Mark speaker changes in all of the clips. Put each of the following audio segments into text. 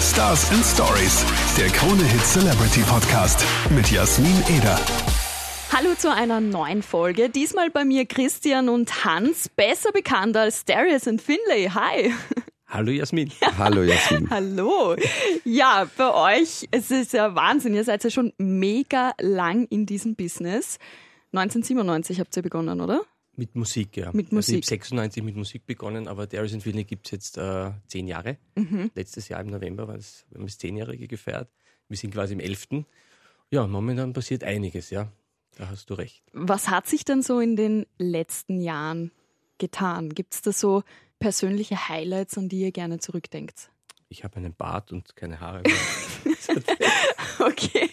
Speaker 1: Stars and Stories, der Krone-Hit Celebrity Podcast mit Jasmin Eder.
Speaker 2: Hallo zu einer neuen Folge. Diesmal bei mir Christian und Hans, besser bekannt als Darius und Finlay. Hi.
Speaker 3: Hallo Jasmin.
Speaker 4: Hallo Jasmin.
Speaker 2: Hallo. Ja, bei euch, es ist ja Wahnsinn. Ihr seid ja schon mega lang in diesem Business. 1997 habt ihr begonnen, oder?
Speaker 3: Mit Musik, ja.
Speaker 2: Mit
Speaker 3: Also ich
Speaker 2: Musik.
Speaker 3: habe 96 mit Musik begonnen, aber Darius and Vinny gibt es jetzt äh, zehn Jahre. Letztes Jahr im November war es, wir haben das Zehnjährige gefeiert. Wir sind quasi im 11. Ja, momentan passiert einiges, ja. Da hast du recht.
Speaker 2: Was hat sich denn so in den letzten Jahren getan? Gibt es da so persönliche Highlights, an die ihr gerne zurückdenkt?
Speaker 3: Ich habe einen Bart und keine Haare. mehr.
Speaker 2: Okay.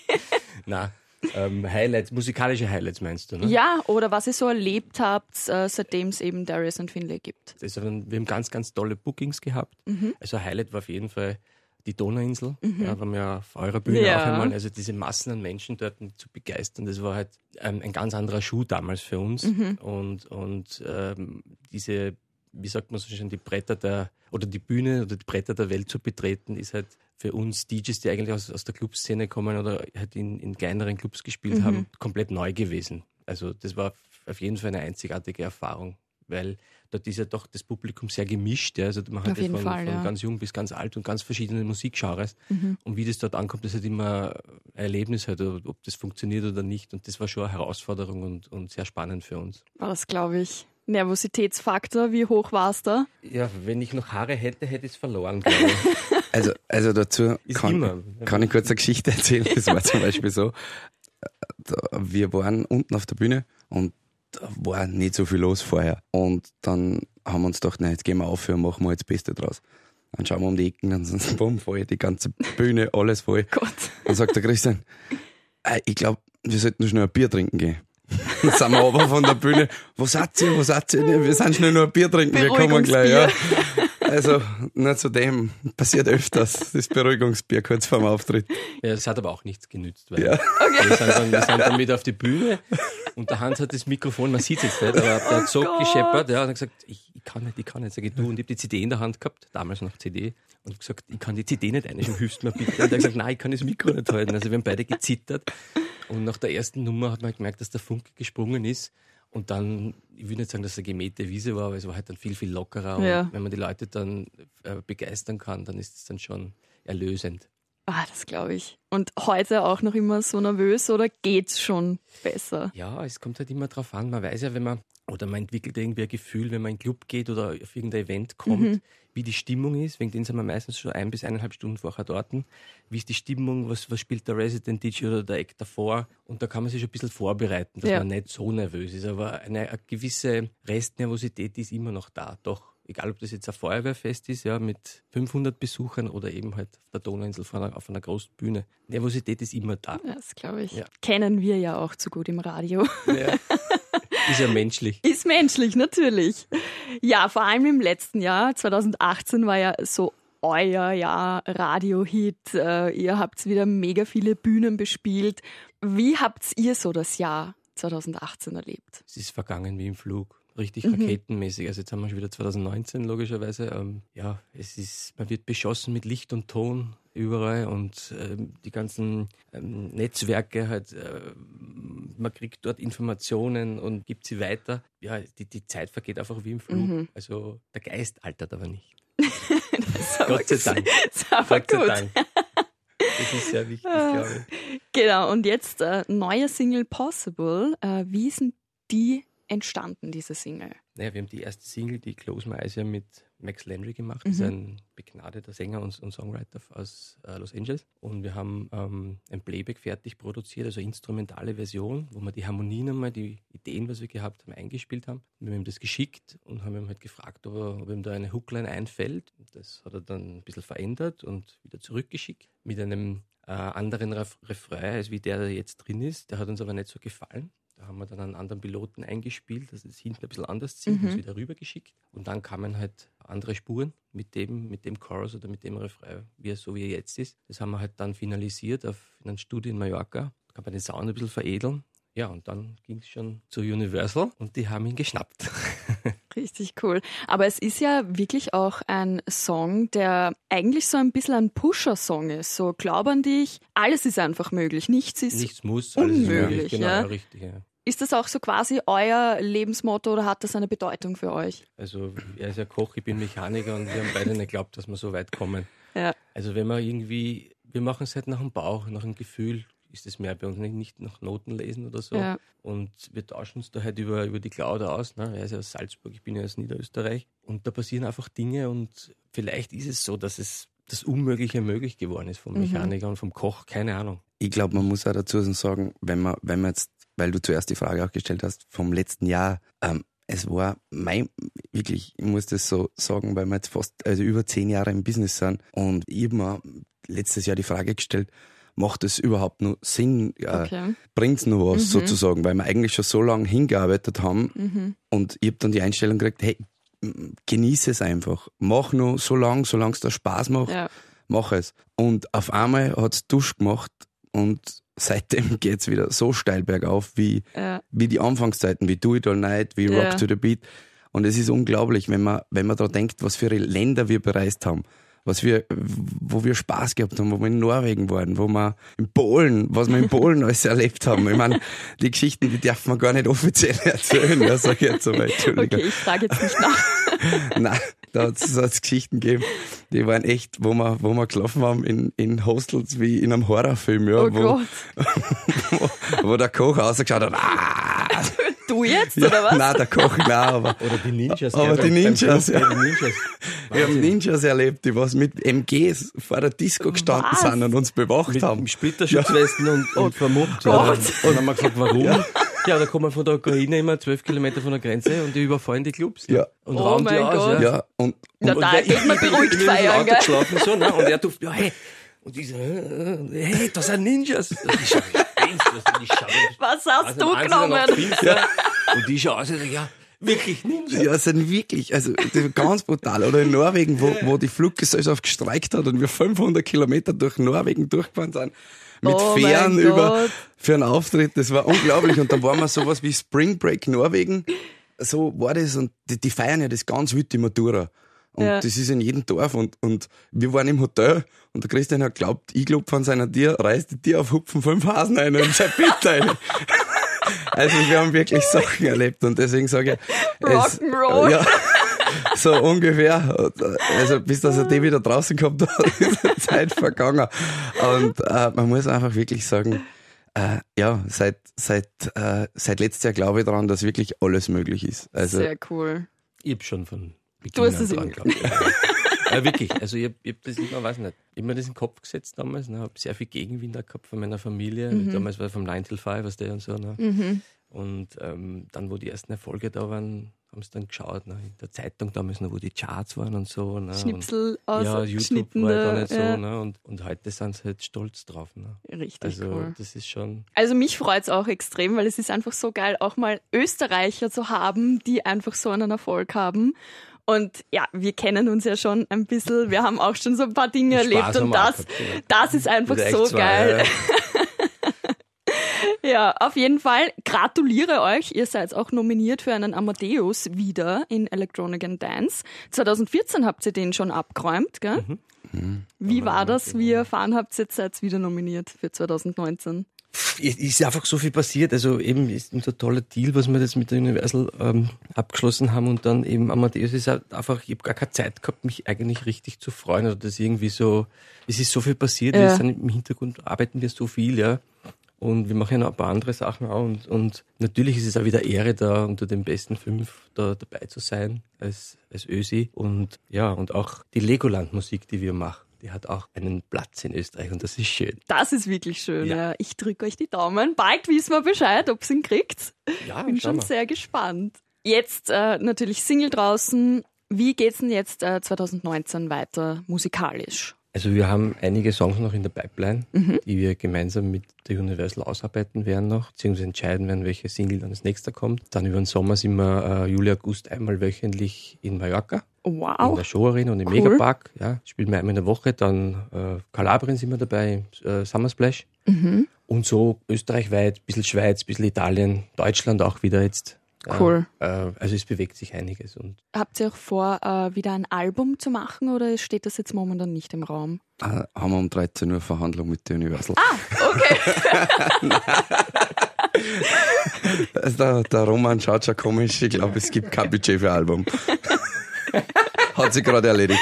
Speaker 3: Na, ähm, Highlights, musikalische Highlights meinst du, ne?
Speaker 2: Ja, oder was ihr so erlebt habt, äh, seitdem es eben Darius und Finlay gibt.
Speaker 3: Also, wir haben ganz, ganz tolle Bookings gehabt. Also Highlight war auf jeden Fall die Donauinsel. Ja, waren wir ja auf eurer Bühne
Speaker 2: Ja.
Speaker 3: auch einmal. Also diese Massen an Menschen dort zu begeistern, das war halt ähm, ein ganz anderer Schuh damals für uns. Und, und ähm, diese, wie sagt man so schön, die Bretter der, oder die Bühne oder die Bretter der Welt zu betreten, ist halt für uns DJs, die eigentlich aus, aus der Clubszene kommen oder halt in, in kleineren Clubs gespielt
Speaker 2: Mhm.
Speaker 3: haben, komplett neu gewesen. Also das war auf jeden Fall eine einzigartige Erfahrung, weil dort ist ja doch das Publikum sehr gemischt. Ja. Also man hat
Speaker 2: Auf
Speaker 3: ja
Speaker 2: jeden
Speaker 3: von,
Speaker 2: Fall,
Speaker 3: von
Speaker 2: ja. Mhm.
Speaker 3: ganz jung bis ganz alt und ganz verschiedene Musikgenres. Und wie das dort ankommt, das ist halt immer ein Erlebnis, halt, ob das funktioniert oder nicht. Und das war schon eine Herausforderung und, und sehr spannend für uns.
Speaker 2: War das, glaube ich, Nervositätsfaktor? Wie hoch war es da?
Speaker 3: Ja, wenn ich noch Haare hätte, hätte ich es verloren. Glaube ich.
Speaker 4: Also, also dazu
Speaker 3: Ist immer.
Speaker 4: kann, kann ich kurz eine Geschichte erzählen. Das war zum Beispiel so, da, wir waren unten auf der Bühne und da war nicht so viel los vorher. Und dann haben wir uns gedacht, na, jetzt gehen wir auf und machen wir jetzt das Beste draus. Dann schauen wir um die Ecken, dann sind bumm, voll, die ganze Bühne, alles voll.
Speaker 2: Gott.
Speaker 4: Dann sagt der Christian, "Ah, ich glaube, wir sollten schnell ein Bier trinken gehen. Dann sind wir aber von der Bühne, wo seid ihr, wo seid ihr? Nee, Wir sind schnell nur ein Bier trinken, wir kommen gleich. Ja. Also, nur zu dem, passiert öfters, das Beruhigungsbier kurz vorm Auftritt.
Speaker 3: Ja, das hat aber auch nichts genützt. Weil
Speaker 4: Ja.
Speaker 3: wir, sind dann, wir sind dann wieder auf die Bühne und der Hans hat das Mikrofon, man sieht es jetzt nicht, aber der hat so
Speaker 2: Oh Gott.
Speaker 3: gescheppert ja, und hat gesagt, ich, ich kann nicht, ich kann nicht. Sag ich, du, und ich habe die CD in der Hand gehabt, damals noch CD, und hab gesagt, ich kann die CD nicht einschreiben, hilfst mir bitte. Und er hat gesagt, nein, ich kann das Mikro nicht halten. Also wir haben beide gezittert und nach der ersten Nummer hat man halt gemerkt, dass der Funke gesprungen ist. Und dann, ich will nicht sagen, dass es eine gemähte Wiese war, aber es war halt dann viel, viel lockerer. Und
Speaker 2: Ja.
Speaker 3: wenn man die Leute dann äh, begeistern kann, dann ist es dann schon erlösend.
Speaker 2: Ah, das glaube ich. Und heute auch noch immer so nervös oder geht's schon besser?
Speaker 3: Ja, es kommt halt immer drauf an. Man weiß ja, wenn man, oder man entwickelt irgendwie ein Gefühl, wenn man in den Club geht oder auf irgendein Event kommt, wie die Stimmung ist. Wegen denen sind wir meistens schon ein bis eineinhalb Stunden vorher dort. Wie ist die Stimmung? Was, was spielt der Resident DJ oder der Act davor? Und da kann man sich schon ein bisschen vorbereiten, dass
Speaker 2: Ja.
Speaker 3: man nicht so nervös ist. Aber eine, eine gewisse Restnervosität ist immer noch da. Doch. Egal, ob das jetzt ein Feuerwehrfest ist, ja, mit 500 Besuchern oder eben halt auf der Donauinsel vor einer, auf einer großen Bühne. Nervosität ist immer da.
Speaker 2: Ja, Das glaube ich.
Speaker 3: Ja.
Speaker 2: Kennen wir ja auch zu gut im Radio.
Speaker 3: Ist ja menschlich.
Speaker 2: Ist menschlich, natürlich. Ja, vor allem im letzten Jahr, 2018 war ja so euer Jahr Radiohit. Äh, Ihr habt wieder mega viele Bühnen bespielt. Wie habt ihr so das Jahr 2018 erlebt?
Speaker 3: es ist vergangen wie im Flug. Richtig
Speaker 2: Mhm.
Speaker 3: raketenmäßig. Also jetzt haben wir schon wieder 2019 logischerweise. Ähm, ja, es ist, man wird beschossen mit Licht und Ton überall und ähm, die ganzen ähm, Netzwerke halt, äh, man kriegt dort Informationen und gibt sie weiter. Ja, die, die Zeit vergeht einfach wie im Flug.
Speaker 2: Mhm.
Speaker 3: Also der Geist altert aber nicht. Gott sei Dank.
Speaker 2: Das war aber
Speaker 3: Gott sei
Speaker 2: gut. Ah.
Speaker 3: Dank. Das ist sehr wichtig, glaube ich.
Speaker 2: Genau, und jetzt äh, neue Single Possible. Äh, wie sind die entstanden, diese Single?
Speaker 3: Naja, wir haben die erste Single, die Close My Eyes, ja mit Max Landry gemacht. Das ist ein begnadeter Sänger und, und Songwriter aus äh, Los Angeles. Und wir haben ähm, ein Playback fertig produziert, also instrumentale Version, wo wir die Harmonien einmal, die Ideen, was wir gehabt haben, eingespielt haben. Und wir haben ihm das geschickt und haben ihm halt gefragt, ob, er, ob ihm da eine Hookline einfällt. Das hat er dann ein bisschen verändert und wieder zurückgeschickt mit einem äh, anderen Ref Refrain, als wie der, der jetzt drin ist. Der hat uns aber nicht so gefallen. Da haben wir dann einen anderen Piloten eingespielt, dass es hinten ein bisschen anders zieht, mhm. uns wieder rübergeschickt. Und dann kamen halt andere Spuren mit dem, mit dem Chorus oder mit dem Refrain, wie er, so wie er jetzt ist. Das haben wir halt dann finalisiert auf, in einem Studio in Mallorca. Da kann man den Sound ein bisschen veredeln. Ja, und dann ging es schon zu Universal und die haben ihn geschnappt.
Speaker 2: Richtig cool. Aber es ist ja wirklich auch ein Song, der eigentlich so ein bisschen ein Pusher-Song ist. So glaub an dich, alles ist einfach möglich, nichts ist.
Speaker 3: Nichts muss, alles ist
Speaker 2: Unmöglich,
Speaker 3: möglich. Genau,
Speaker 2: ja.
Speaker 3: ja, richtig. Ja.
Speaker 2: Ist das auch so quasi euer Lebensmotto oder hat das eine Bedeutung für euch?
Speaker 3: Also er ist ja Koch, ich bin Mechaniker und wir haben beide nicht geglaubt, dass wir so weit kommen.
Speaker 2: Ja.
Speaker 3: Also wenn man irgendwie, wir machen es halt nach dem Bauch, nach dem Gefühl, ist es mehr bei uns nicht, nicht nach Noten lesen oder so.
Speaker 2: Ja.
Speaker 3: Und wir tauschen uns da halt über, über die Cloud aus. Ne? Er ist ja aus Salzburg, ich bin ja aus Niederösterreich. Und da passieren einfach Dinge und vielleicht ist es so, dass es das Unmögliche möglich geworden ist vom
Speaker 2: Mhm.
Speaker 3: Mechaniker und vom Koch, keine Ahnung.
Speaker 4: Ich glaube, man muss auch dazu sagen, wenn man, wenn man jetzt, weil du zuerst die Frage auch gestellt hast, vom letzten Jahr, ähm, es war mein, wirklich, ich muss das so sagen, weil wir jetzt fast, also über zehn Jahre im Business sind und ich habe mir letztes Jahr die Frage gestellt, macht es überhaupt nur Sinn, äh,
Speaker 2: Okay.
Speaker 4: bringt's nur was
Speaker 2: Mhm.
Speaker 4: sozusagen, weil wir eigentlich schon so lange hingearbeitet haben
Speaker 2: Mhm.
Speaker 4: und ich habe dann die Einstellung gekriegt, hey, m- genieße es einfach, mach nur so lange, solange es dir Spaß macht,
Speaker 2: Ja.
Speaker 4: mach es. Und auf einmal hat's Dusch gemacht und seitdem geht's wieder so steil bergauf wie,
Speaker 2: Ja.
Speaker 4: wie die Anfangszeiten, wie Do It All Night, wie
Speaker 2: Ja.
Speaker 4: Rock to the Beat. Und es ist unglaublich, wenn man, wenn man da denkt, was für Länder wir bereist haben. Was wir, wo wir Spaß gehabt haben, wo wir in Norwegen waren, wo wir in Polen, was wir in Polen alles erlebt haben. Ich meine, die Geschichten, die darf man gar nicht offiziell erzählen, das sag ich jetzt so weit. Entschuldigung.
Speaker 2: Okay, ich frage jetzt nicht nach.
Speaker 4: Nein, da hat es Geschichten gegeben, die waren echt, wo wir, wo wir gelaufen haben in, in Hostels wie in einem Horrorfilm, ja,
Speaker 2: Oh
Speaker 4: wo,
Speaker 2: Gott.
Speaker 4: wo, wo der Koch rausgeschaut hat. Ah!
Speaker 2: Du jetzt
Speaker 4: Ja,
Speaker 2: oder was?
Speaker 4: Nein, der Koch, nein, aber
Speaker 3: Oder die Ninjas.
Speaker 4: Aber die
Speaker 3: beim- beim
Speaker 4: Ninjas,
Speaker 3: Flug,
Speaker 4: ja.
Speaker 3: Die Ninjas.
Speaker 4: wir haben
Speaker 3: Wahnsinn.
Speaker 4: Ninjas erlebt, die was mit MGs vor der Disco gestanden
Speaker 2: Was?
Speaker 4: sind und uns bewacht
Speaker 3: mit
Speaker 4: haben.
Speaker 3: dem Splitterschutzwesten und, und vermummt.
Speaker 2: Gott.
Speaker 3: Und dann haben wir gefragt, warum? Ja. da kommen von der Ukraine immer zwölf Kilometer von der Grenze und die überfallen die Clubs.
Speaker 4: Ja.
Speaker 3: Und
Speaker 2: Oh
Speaker 3: rauben die
Speaker 2: mein
Speaker 3: aus.
Speaker 2: Gott.
Speaker 3: Ja.
Speaker 4: Ja, und,
Speaker 2: Na,
Speaker 4: und
Speaker 2: da
Speaker 3: wer-
Speaker 2: geht man beruhigt
Speaker 3: ich bin
Speaker 2: feiern,
Speaker 3: im Auto
Speaker 2: gell?
Speaker 3: geschlafen so, ne? Und er durfte, ja, hey. Und ich so, äh, äh, hey, das sind Ninjas. Und ich schau, ich bin's, was ich schau.
Speaker 2: Was hast
Speaker 3: Also,
Speaker 2: du
Speaker 3: eins oder noch
Speaker 2: genommen?
Speaker 3: Pilz, ne? Und die schau aus, und ich, ja, wirklich Ninjas.
Speaker 4: ja, sind wirklich, also das war ganz brutal. Oder in Norwegen, wo, wo die Fluggesellschaft gestreikt hat und wir 500 Kilometer durch Norwegen durchgefahren sind. Mit
Speaker 2: Oh mein
Speaker 4: Fähren
Speaker 2: Gott.
Speaker 4: über für einen Auftritt. Das war unglaublich. Und dann waren wir sowas wie Spring Break Norwegen. So war das. Und die, die feiern ja das ganz wild, die Matura. Und
Speaker 2: Ja.
Speaker 4: das ist in jedem Dorf. Und, und wir waren im Hotel und der Christian hat glaubt, ich glaub von seiner Tier, reißt die Tier auf Hupfen fünf Hasen ein und sein Bett ein. Also wir haben wirklich Sachen erlebt und deswegen sage ich, es-
Speaker 2: Rock'n'Roll.
Speaker 4: Ja, so ungefähr. Also bis dass er die wieder draußen kommt, ist die Zeit vergangen. Und äh, man muss einfach wirklich sagen, äh, ja, seit seit äh, seit letztes Jahr glaube ich daran, dass wirklich alles möglich ist. Also
Speaker 2: Sehr cool.
Speaker 3: Ich hab schon von Beginn
Speaker 2: Du hast
Speaker 3: an
Speaker 2: es
Speaker 3: dran
Speaker 2: immer-
Speaker 3: gehabt. Ja, wirklich. Also ich hab, ich hab das immer, weiß nicht, immer das in den Kopf gesetzt damals. Ne? Habe sehr viel Gegenwind auch gehabt von meiner Familie.
Speaker 2: Mhm.
Speaker 3: Damals war ich vom 9 till 5, was der und so. Ne? Und ähm, dann, wo die ersten Erfolge da waren, haben sie dann geschaut. Ne? In der Zeitung damals noch, wo die Charts waren und so. Ne?
Speaker 2: Schnipsel
Speaker 3: und, Ja, YouTube war ja da
Speaker 2: ausgeschnittene.
Speaker 3: nicht so.
Speaker 2: ja.
Speaker 3: Ne? Und, und heute sind sie halt stolz drauf. Ne?
Speaker 2: Richtig
Speaker 3: Also
Speaker 2: cool.
Speaker 3: das ist schon...
Speaker 2: Also mich freut's auch extrem, weil es ist einfach so geil, auch mal Österreicher zu haben, die einfach so einen Erfolg haben. Und ja, wir kennen uns ja schon ein bisschen, wir haben auch schon so ein paar Dinge
Speaker 3: Spaß
Speaker 2: erlebt
Speaker 3: haben
Speaker 2: und
Speaker 3: wir auch
Speaker 2: das,
Speaker 3: gehabt, genau.
Speaker 2: das ist einfach
Speaker 3: Wieder echt
Speaker 2: so
Speaker 3: zwei,
Speaker 2: geil.
Speaker 3: ja.
Speaker 2: Ja, auf jeden Fall gratuliere euch. Ihr seid auch nominiert für einen Amadeus wieder in Electronic and Dance. 2014 habt ihr den schon abgeräumt, gell?
Speaker 3: Mhm.
Speaker 2: Wie war das? Wie ihr erfahren habt, jetzt seid ihr wieder nominiert für 2019?
Speaker 3: Es ist einfach so viel passiert. Also eben ist unser toller Deal, was wir jetzt mit der Universal ähm, abgeschlossen haben und dann eben Amadeus ist halt einfach, ich habe gar keine Zeit gehabt, mich eigentlich richtig zu freuen. Also das irgendwie so, es ist so viel passiert,
Speaker 2: Ja.
Speaker 3: wir sind im Hintergrund arbeiten wir so viel, ja. Und wir machen ja noch ein paar andere Sachen auch und, und natürlich ist es auch wieder Ehre, da unter den besten fünf da dabei zu sein als, als Ösi. Und ja, und auch die Legoland-Musik, die wir machen, die hat auch einen Platz in Österreich und das ist schön.
Speaker 2: Das ist wirklich schön. Ja.
Speaker 3: Ja.
Speaker 2: Ich drücke euch die Daumen. Bald wissen wir Bescheid, ob ihr ihn kriegt.
Speaker 3: Ja,
Speaker 2: Bin
Speaker 3: schauen
Speaker 2: schon
Speaker 3: wir.
Speaker 2: sehr gespannt. Jetzt äh, natürlich Single draußen. Wie geht's denn jetzt äh, 2019 weiter musikalisch?
Speaker 3: Also wir haben einige Songs noch in der Pipeline, die wir gemeinsam mit der Universal ausarbeiten werden noch, beziehungsweise entscheiden werden, welche Single dann als nächster kommt. Dann über den Sommer sind wir äh, Juli, August einmal wöchentlich in Mallorca, in
Speaker 2: Wow.
Speaker 3: der Showarena und im
Speaker 2: Cool.
Speaker 3: Megapark. Ja, spielen wir einmal in der Woche, dann äh, Kalabrien sind wir dabei, äh, Summer Splash.
Speaker 2: Mhm.
Speaker 3: Und so österreichweit, bisschen Schweiz, bisschen Italien, Deutschland auch wieder jetzt.
Speaker 2: Cool.
Speaker 3: Äh, äh, also es bewegt sich einiges und
Speaker 2: Habt ihr auch vor, äh, wieder ein Album zu machen oder steht das jetzt momentan nicht im Raum?
Speaker 4: Ah, haben wir um 13 Uhr Verhandlung mit der Universal.
Speaker 2: Okay.
Speaker 4: Also der, der Roman schaut schon komisch. Ich glaube, es gibt kein Budget für ein Album. Hat sich gerade erledigt.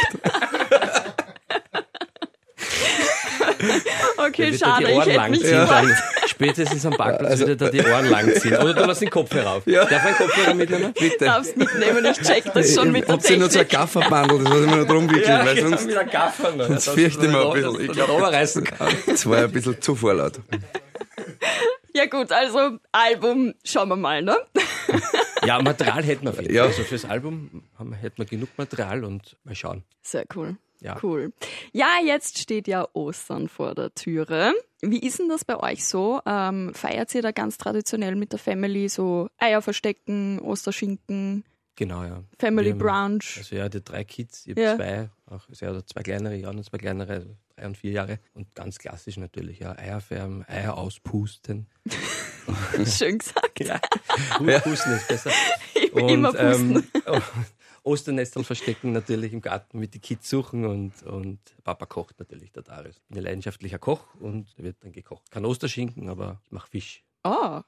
Speaker 2: Okay,
Speaker 3: wird da
Speaker 2: schade, ich hätte mich
Speaker 4: Ja.
Speaker 2: gefreut.
Speaker 3: Spätestens am Parkplatz
Speaker 4: Also-
Speaker 3: wird er da die Ohren langziehen. Oder du lässt den Kopfhörer auf.
Speaker 4: Ja.
Speaker 3: Darf ich einen Kopfhörer mitnehmen?
Speaker 4: Bitte.
Speaker 2: darfst mitnehmen, ich check das schon mit der
Speaker 4: Ob sie nur so ein
Speaker 2: Technik.
Speaker 4: Gafferbandel, das muss ich mir noch rumwickeln, weil sonst
Speaker 3: mit einem Gaffer. Ne?
Speaker 4: Das fürchte ich mir ein bisschen. Ich
Speaker 3: Ich
Speaker 4: glaub-
Speaker 3: glaube, runterreißen kann.
Speaker 4: das war ja ein bisschen zu vorlaut.
Speaker 2: Ja gut, also Album, schauen wir mal, ne?
Speaker 3: Ja, Material hätten wir viel.
Speaker 4: Ja.
Speaker 3: Also fürs Album haben, hätten wir genug Material und mal schauen.
Speaker 2: Sehr cool.
Speaker 3: Ja.
Speaker 2: Cool. Ja, jetzt steht ja Ostern vor der Türe. Wie ist denn das bei euch so? Ähm, feiert ihr da ganz traditionell mit der Family so Eier verstecken, Osterschinken,
Speaker 3: Genau, ja.
Speaker 2: Family
Speaker 3: Wir haben-
Speaker 2: Brunch?
Speaker 3: Also ja, die drei Kids, ich
Speaker 2: Ja.
Speaker 3: habe zwei, auch sehr, oder zwei kleinere Jahre und zwei kleinere, also drei und vier Jahre. Und ganz klassisch natürlich, ja, Eier färben, Eier auspusten.
Speaker 2: Schön gesagt.
Speaker 3: Ja. Gut, pusten ist besser.
Speaker 2: Immer pusten.
Speaker 3: Ähm, Osternesteln verstecken natürlich im Garten mit die Kids suchen und, und Papa kocht natürlich, der Darius. Ich bin ein leidenschaftlicher Koch und da wird dann gekocht. Kein Osterschinken, aber ich mache Fisch.
Speaker 2: Oh,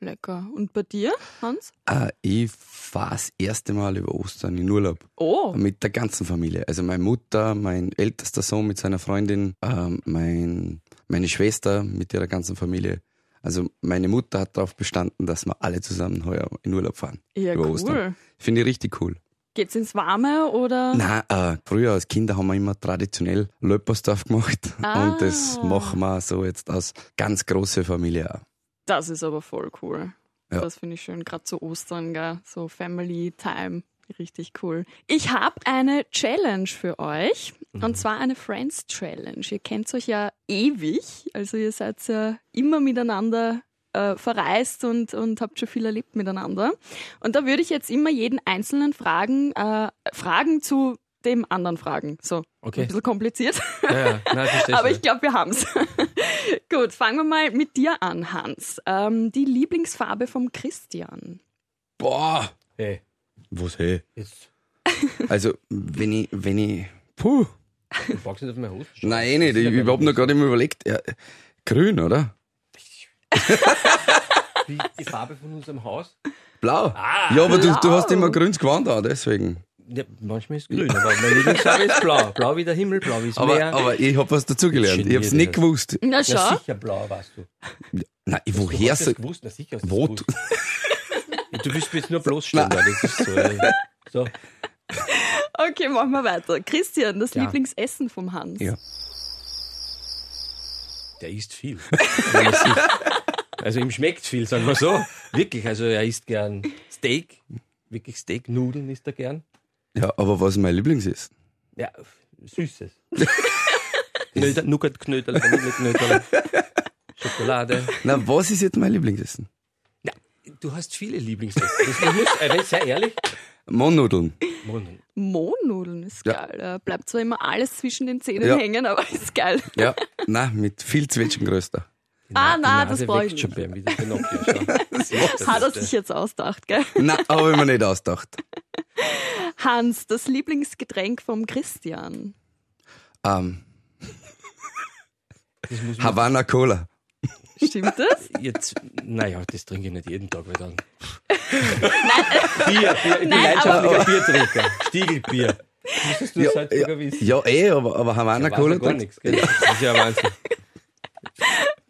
Speaker 2: lecker. Und bei dir, Hans?
Speaker 4: Ah, ich fahre das erste Mal über Ostern in Urlaub.
Speaker 2: Oh,
Speaker 4: Mit der ganzen Familie. Also meine Mutter, mein ältester Sohn mit seiner Freundin, ähm, mein, meine Schwester mit ihrer ganzen Familie. Also meine Mutter hat darauf bestanden, dass wir alle zusammen heuer in Urlaub fahren.
Speaker 2: ja
Speaker 4: über Ostern.
Speaker 2: cool.
Speaker 4: Finde ich richtig cool.
Speaker 2: Geht's ins Warme oder?
Speaker 4: Nein, äh, früher als Kinder haben wir immer traditionell Löppersdorf gemacht.
Speaker 2: Ah.
Speaker 4: Und das machen wir so jetzt als ganz große Familie auch.
Speaker 2: Das ist aber voll cool.
Speaker 4: Ja.
Speaker 2: Das finde ich schön, gerade zu Ostern, gell? so Family Time. Richtig cool. Ich habe eine Challenge für euch und zwar eine Friends Challenge. Ihr kennt euch ja ewig, also ihr seid ja immer miteinander äh, verreist und, und habt schon viel erlebt miteinander. Und da würde ich jetzt immer jeden Einzelnen fragen, äh, Fragen zu dem anderen fragen. So, ein
Speaker 3: Okay.
Speaker 2: bisschen kompliziert.
Speaker 3: Ja, ja. Nein, ich verstehe
Speaker 2: Aber ich glaube, wir haben's. Gut, fangen wir mal mit dir an, Hans. Ähm, die Lieblingsfarbe vom Christian.
Speaker 4: Boah!
Speaker 3: Hey,
Speaker 4: Was hey?
Speaker 3: jetzt
Speaker 4: Also, wenn ich, wenn ich. Puh!
Speaker 3: du packst nicht auf meine Hose.
Speaker 4: Nein, eh nicht. Ich, ich hab noch gar nicht mehr überlegt. Ja, grün, oder?
Speaker 3: Die, die Farbe von unserem Haus?
Speaker 4: Blau.
Speaker 3: Ah.
Speaker 4: ja, aber Du, du
Speaker 2: Blau.
Speaker 4: hast immer grünes Gewand an, deswegen.
Speaker 3: Ja, manchmal ist grün, aber meine Lieblingsfarbe ist blau. Blau wie der Himmel, blau wie das
Speaker 4: Aber,
Speaker 3: Meer.
Speaker 4: aber ich hab was dazugelernt. Ich hab's
Speaker 3: Geniert,
Speaker 4: nicht
Speaker 3: ja.
Speaker 4: gewusst.
Speaker 2: Na schau.
Speaker 3: ja, sicher blau, weißt du.
Speaker 4: Nein,
Speaker 3: Du
Speaker 4: woher
Speaker 3: hast
Speaker 4: so.
Speaker 3: das gewusst, na sicher hast
Speaker 4: Wo
Speaker 3: du das gewusst. Du bist jetzt nur bloßstellen, weil das ist so. äh, so.
Speaker 2: Okay, machen wir weiter. Christian, das
Speaker 3: Ja.
Speaker 2: Lieblingsessen vom Hans.
Speaker 4: Ja.
Speaker 3: Der isst viel. Wenn er sich- also ihm schmeckt viel, sagen wir so. Wirklich, also er isst gern Steak. Wirklich Steak, Nudeln isst er gern.
Speaker 4: Ja, aber was mein Lieblings ist.
Speaker 3: Ja, Süßes. Knödel, Nougat-Knödel, Vanilleknödel, Schokolade.
Speaker 4: Na, was ist jetzt mein Lieblingsessen?
Speaker 3: Ja, du hast viele Lieblingsessen. Das- Ich muss, äh, sehr ehrlich.
Speaker 4: Mohnnudeln.
Speaker 3: Mann,
Speaker 2: Mohnnudeln ist
Speaker 4: Ja.
Speaker 2: geil. Da bleibt zwar immer alles zwischen den Zähnen
Speaker 4: Ja.
Speaker 2: hängen, aber ist geil.
Speaker 4: Ja. Na, mit viel Zwetschgengröster.
Speaker 3: die
Speaker 2: Ah,
Speaker 3: Na- die
Speaker 2: nein, das
Speaker 3: Nase
Speaker 2: brauch ich
Speaker 3: wächst schon
Speaker 2: nicht.
Speaker 3: beim wieder Pinocchio, schau.
Speaker 2: Hat er
Speaker 3: ist, äh,
Speaker 2: sich jetzt ausgedacht, gell?
Speaker 4: Na, habe ich mir nicht ausgedacht.
Speaker 2: Hans, das Lieblingsgetränk vom Christian.
Speaker 4: Ähm,
Speaker 3: Das muss man,
Speaker 4: Havana Cola.
Speaker 2: Stimmt das?
Speaker 3: jetzt, naja, das trinke ich nicht jeden Tag, weil dann. Bier, Bier, ich bin
Speaker 2: Nein,
Speaker 3: leidenschaftlicher Biertrinker. Stiegelbier. Müsstest du
Speaker 4: Ja,
Speaker 3: Salzburger wissen.
Speaker 4: Ja, eh, aber, aber Havana
Speaker 3: weiß
Speaker 4: Cola.
Speaker 3: ja gar
Speaker 4: trinkst-
Speaker 3: nichts, gell? Das ist ja Wahnsinn.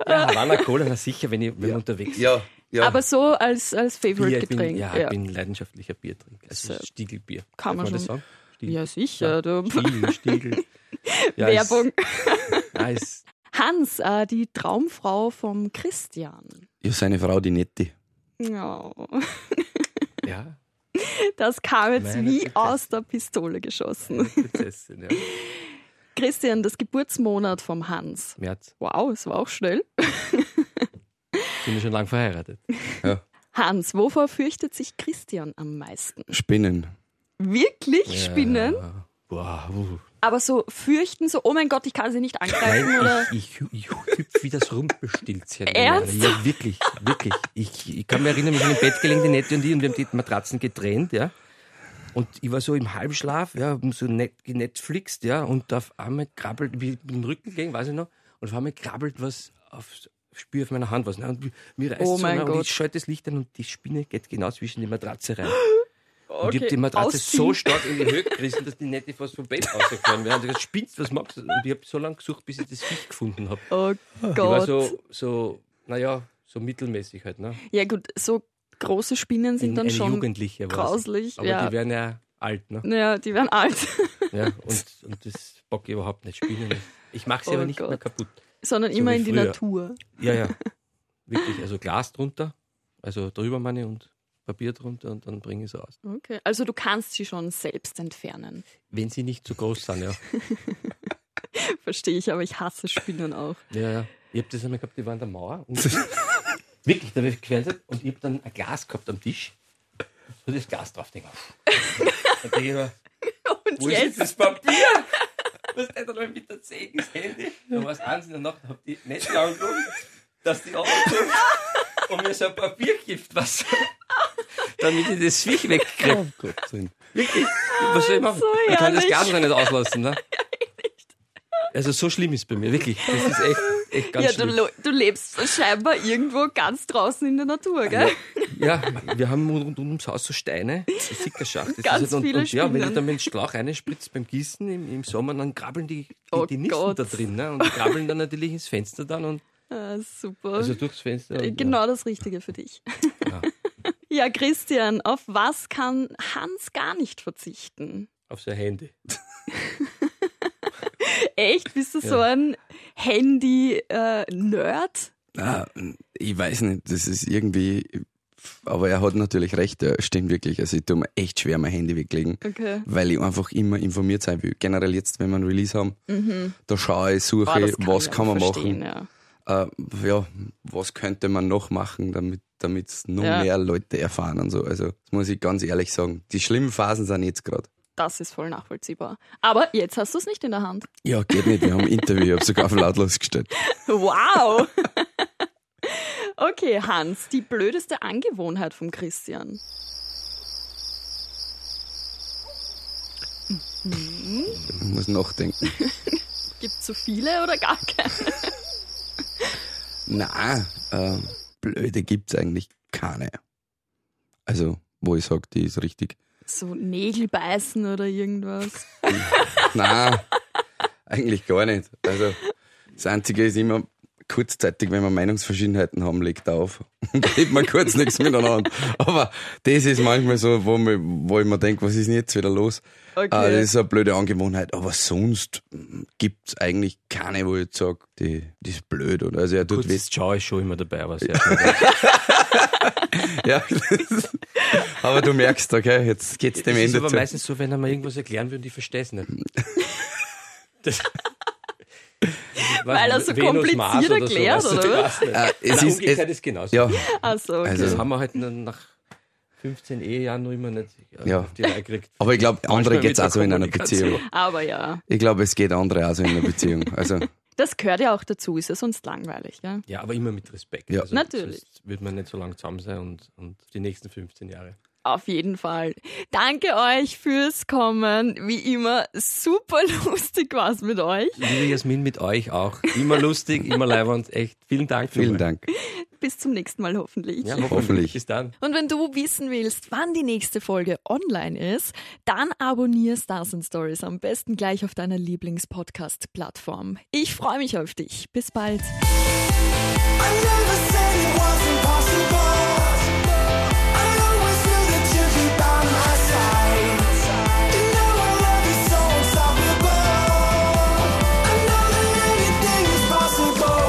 Speaker 3: Ja, Havana Cola, na sicher, wenn, ich, wenn wir unterwegs sind.
Speaker 4: Ja, ja.
Speaker 2: Aber so als, als
Speaker 3: Bier, ich
Speaker 2: Favorite-Getränk.
Speaker 3: bin, ja, ich bin leidenschaftlicher Biertrinker. Also
Speaker 2: Sehr.
Speaker 3: Stiegelbier.
Speaker 2: Kann man
Speaker 3: Darf das
Speaker 2: schon.
Speaker 3: sagen? Stiegel.
Speaker 2: ja sicher. Du.
Speaker 3: Stiegel, Stiegel. Ja, ist-
Speaker 2: Werbung.
Speaker 3: ja, ist-
Speaker 2: Hans, äh, die Traumfrau vom Christian.
Speaker 4: ja, seine Frau, die Netti.
Speaker 2: Ja,
Speaker 3: ja,
Speaker 2: das kam jetzt
Speaker 3: Meine
Speaker 2: wie
Speaker 3: Prinzessin.
Speaker 2: aus der Pistole geschossen.
Speaker 3: Prinzessin, ja.
Speaker 2: Christian, das Geburtsmonat vom Hans.
Speaker 3: März.
Speaker 2: Wow, es war auch schnell.
Speaker 3: Sind wir schon lange verheiratet.
Speaker 2: Hans, wovor fürchtet sich Christian am meisten?
Speaker 4: Spinnen.
Speaker 2: Wirklich Spinnen?
Speaker 3: Ja. Wow.
Speaker 2: aber so fürchten, so, oh mein Gott, ich kann sie nicht angreifen oder.
Speaker 3: Nein, ich, ich, ich, ich hüpf wie das Rumpelstilzchen.
Speaker 2: Ernst?
Speaker 3: Ja, wirklich, wirklich. Ich, ich kann mich erinnern, wir sind im Bett gelegen, die Nette und ich, und wir haben die Matratzen getrennt, ja. Und ich war so im Halbschlaf, ja, hab so net, genetflixt, ja, und auf einmal krabbelt, wie mit dem Rücken gelegen, weiß ich noch, und auf einmal krabbelt was auf, spür auf meiner Hand was, ne, und mir reißt
Speaker 2: Oh
Speaker 3: so,
Speaker 2: mein
Speaker 3: ne, und
Speaker 2: Gott.
Speaker 3: ich schalte das Licht an und die Spinne geht genau zwischen die Matratze rein.
Speaker 2: Okay.
Speaker 3: Und ich hab die Matratze halt also so
Speaker 2: ausziehen.
Speaker 3: stark in die Höhe gerissen, dass die Nette fast vom Bett rausgefahren wäre. Und ich hab gesagt, spinnst, was machst du? Und ich hab so lange gesucht, bis ich das Viech gefunden hab.
Speaker 2: Oh Gott.
Speaker 3: Ich war so, so, naja, so mittelmäßig halt. Ne?
Speaker 2: Ja, gut, so große Spinnen sind
Speaker 3: Ein-
Speaker 2: dann
Speaker 3: eine
Speaker 2: schon.
Speaker 3: Jugendliche war sie.
Speaker 2: grauslich,
Speaker 3: Aber
Speaker 2: ja.
Speaker 3: die werden ja alt, ne?
Speaker 2: Ja, die werden alt.
Speaker 3: Ja, und, und das bock ich überhaupt nicht. Spinnen nicht. Ich mache sie
Speaker 2: Oh
Speaker 3: aber nicht mehr
Speaker 2: Gott.
Speaker 3: kaputt.
Speaker 2: Sondern
Speaker 3: So
Speaker 2: immer
Speaker 3: wie
Speaker 2: in die
Speaker 3: früher.
Speaker 2: Natur.
Speaker 3: Ja, ja. Wirklich. Also Glas drunter, also drüber meine und Papier drunter und dann bringe ich sie aus.
Speaker 2: Okay. Also du kannst sie schon selbst entfernen.
Speaker 3: Wenn sie nicht zu groß sind, ja.
Speaker 2: Verstehe ich, aber ich hasse Spinnen auch.
Speaker 3: Ja, ja. Ich hab das einmal gehabt, die waren an der Mauer. Und wirklich, da hab ich gequert und ich hab dann ein Glas gehabt am Tisch. Und das Glas drauf, denke ich. Und denk ich mir,
Speaker 2: Und
Speaker 3: Wo ist
Speaker 2: jetzt?
Speaker 3: jetzt das Papier? Was hat er mit der Zehen ins Handy? Da war es eins in der Nacht, hab die nicht lang gelogen, dass die ankommt und mir so ein Papier gibt, was? Damit ich das Viech wegkriege. Wirklich? Was soll ich machen?
Speaker 2: Oh, So
Speaker 3: ich kann das
Speaker 2: herrlich.
Speaker 3: Glas noch nicht auslassen, ne? Also so schlimm ist bei mir, wirklich. Das ist echt, echt ganz
Speaker 2: Ja, du,
Speaker 3: schlimm.
Speaker 2: lo- du lebst scheinbar irgendwo ganz draußen in der Natur, gell?
Speaker 3: Ja, wir haben rund, rund ums Haus so Steine, so Sickerschacht. Das
Speaker 2: Ganz
Speaker 3: ist halt- und,
Speaker 2: viele
Speaker 3: und ja, wenn
Speaker 2: Spinnen.
Speaker 3: ich dann mit dem Schlauch reinspritzt beim Gießen im, im Sommer, dann krabbeln die, die,
Speaker 2: Oh
Speaker 3: die Nisten
Speaker 2: Gott.
Speaker 3: da drin. Ne? Und die krabbeln dann natürlich ins Fenster dann und
Speaker 2: Ah, super.
Speaker 3: also durchs Fenster.
Speaker 2: Äh,
Speaker 3: Und,
Speaker 2: genau das Richtige für dich.
Speaker 3: Ja, ja,
Speaker 2: Ja, Christian, auf was kann Hans gar nicht verzichten?
Speaker 3: auf sein Handy.
Speaker 2: Echt? Bist du so
Speaker 3: Ja.
Speaker 2: ein äh, Handy-Nerd?
Speaker 4: Ah, ich weiß nicht, das ist irgendwie. Aber er hat natürlich recht, er stimmt wirklich. Also ich tue mir echt schwer mein Handy weglegen,
Speaker 2: okay.
Speaker 4: weil ich einfach immer informiert sein will. Generell jetzt, wenn wir einen Release haben,
Speaker 2: Mhm.
Speaker 4: da schaue ich,
Speaker 2: Boah,
Speaker 4: suche,
Speaker 2: das kann
Speaker 4: was
Speaker 2: ich
Speaker 4: kann man
Speaker 2: verstehen, Ja.
Speaker 4: machen. Ja. Äh, ja, was könnte man noch machen, damit damit's noch
Speaker 2: Ja.
Speaker 4: mehr Leute erfahren und so. Also das muss ich ganz ehrlich sagen. Die schlimmen Phasen sind jetzt gerade.
Speaker 2: Das ist voll nachvollziehbar. Aber jetzt hast du es nicht in der Hand.
Speaker 4: Ja, geht nicht. Wir haben ein Interview, ich habe sogar auf lautlos gestellt.
Speaker 2: Wow! Okay, Hans, die blödeste Angewohnheit von Christian.
Speaker 4: Ich muss nachdenken.
Speaker 2: Gibt es zu viele oder gar keine?
Speaker 4: Na, äh, blöde gibt's eigentlich keine. Also, wo ich sage, die ist richtig.
Speaker 2: So Nägel beißen oder irgendwas.
Speaker 4: Na, eigentlich gar nicht. Also, das Einzige ist immer kurzzeitig, wenn wir Meinungsverschiedenheiten haben, legt er auf. Und redet man kurz nichts miteinander. Aber das ist manchmal so, wo, mir, wo ich mir denke, was ist denn jetzt wieder los?
Speaker 2: Okay.
Speaker 4: Ah, das ist eine blöde Angewohnheit. Aber sonst gibt's eigentlich keine, wo ich jetzt sage, die, die ist blöd. Oder? Also, er tut weh.
Speaker 3: Kurz schaue ich schon immer dabei, was er
Speaker 4: Ja, das- aber du merkst, okay, jetzt geht's dem
Speaker 3: Das ist
Speaker 4: Ende
Speaker 3: aber
Speaker 4: zu.
Speaker 3: meistens so, wenn er mal irgendwas erklären will und ich verstehe es nicht. Das,
Speaker 2: Weil er so
Speaker 3: Venus, Mars
Speaker 2: kompliziert
Speaker 3: oder
Speaker 2: erklärt,
Speaker 3: so, weißt du,
Speaker 2: oder
Speaker 3: ich
Speaker 2: was?
Speaker 3: weiß nicht.
Speaker 4: Ah, es
Speaker 3: Na,
Speaker 4: ist-
Speaker 3: umgekehrt
Speaker 4: es-
Speaker 3: ist genauso.
Speaker 4: Ja,
Speaker 2: Also, okay.
Speaker 4: Also-
Speaker 3: Das haben wir halt nur nach 15 Ehejahren noch immer nicht äh,
Speaker 4: Ja.
Speaker 3: auf die Reihe gekriegt.
Speaker 4: aber ich glaube, andere
Speaker 3: Manchmal
Speaker 4: geht's
Speaker 3: mit
Speaker 4: auch so
Speaker 3: der
Speaker 4: in einer
Speaker 3: Kommunikation.
Speaker 4: Beziehung.
Speaker 2: Aber ja,
Speaker 4: Ich glaube, es geht andere auch so in einer Beziehung. Also,
Speaker 2: das gehört ja auch dazu, ist ja sonst langweilig, gell?
Speaker 3: Ja, aber immer mit Respekt.
Speaker 4: Ja.
Speaker 2: Natürlich.
Speaker 3: sonst Wird man nicht so lang zusammen sein und, und die nächsten 15 Jahre.
Speaker 2: Auf jeden Fall. Danke euch fürs Kommen. Wie immer, super lustig war's mit euch.
Speaker 3: Liebe Jasmin, mit euch auch. Immer lustig, immer leiwand. Echt. Vielen Dank.
Speaker 4: vielen Dank.
Speaker 2: Bis zum nächsten Mal hoffentlich.
Speaker 3: Ja, hoffentlich.
Speaker 4: Hoffentlich.
Speaker 3: Bis dann.
Speaker 2: Und wenn du wissen willst, wann die nächste Folge online ist, dann abonnier Stars and Stories am besten gleich auf deiner Lieblings-Podcast-Plattform. Ich freue mich auf dich. Bis bald.
Speaker 5: I never said it was impossible. I always knew that you'd be by my side. You know I love you so unstoppable. I know that anything is possible.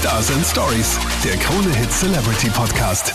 Speaker 1: Stars and Stories, der Krone Hit Celebrity Podcast.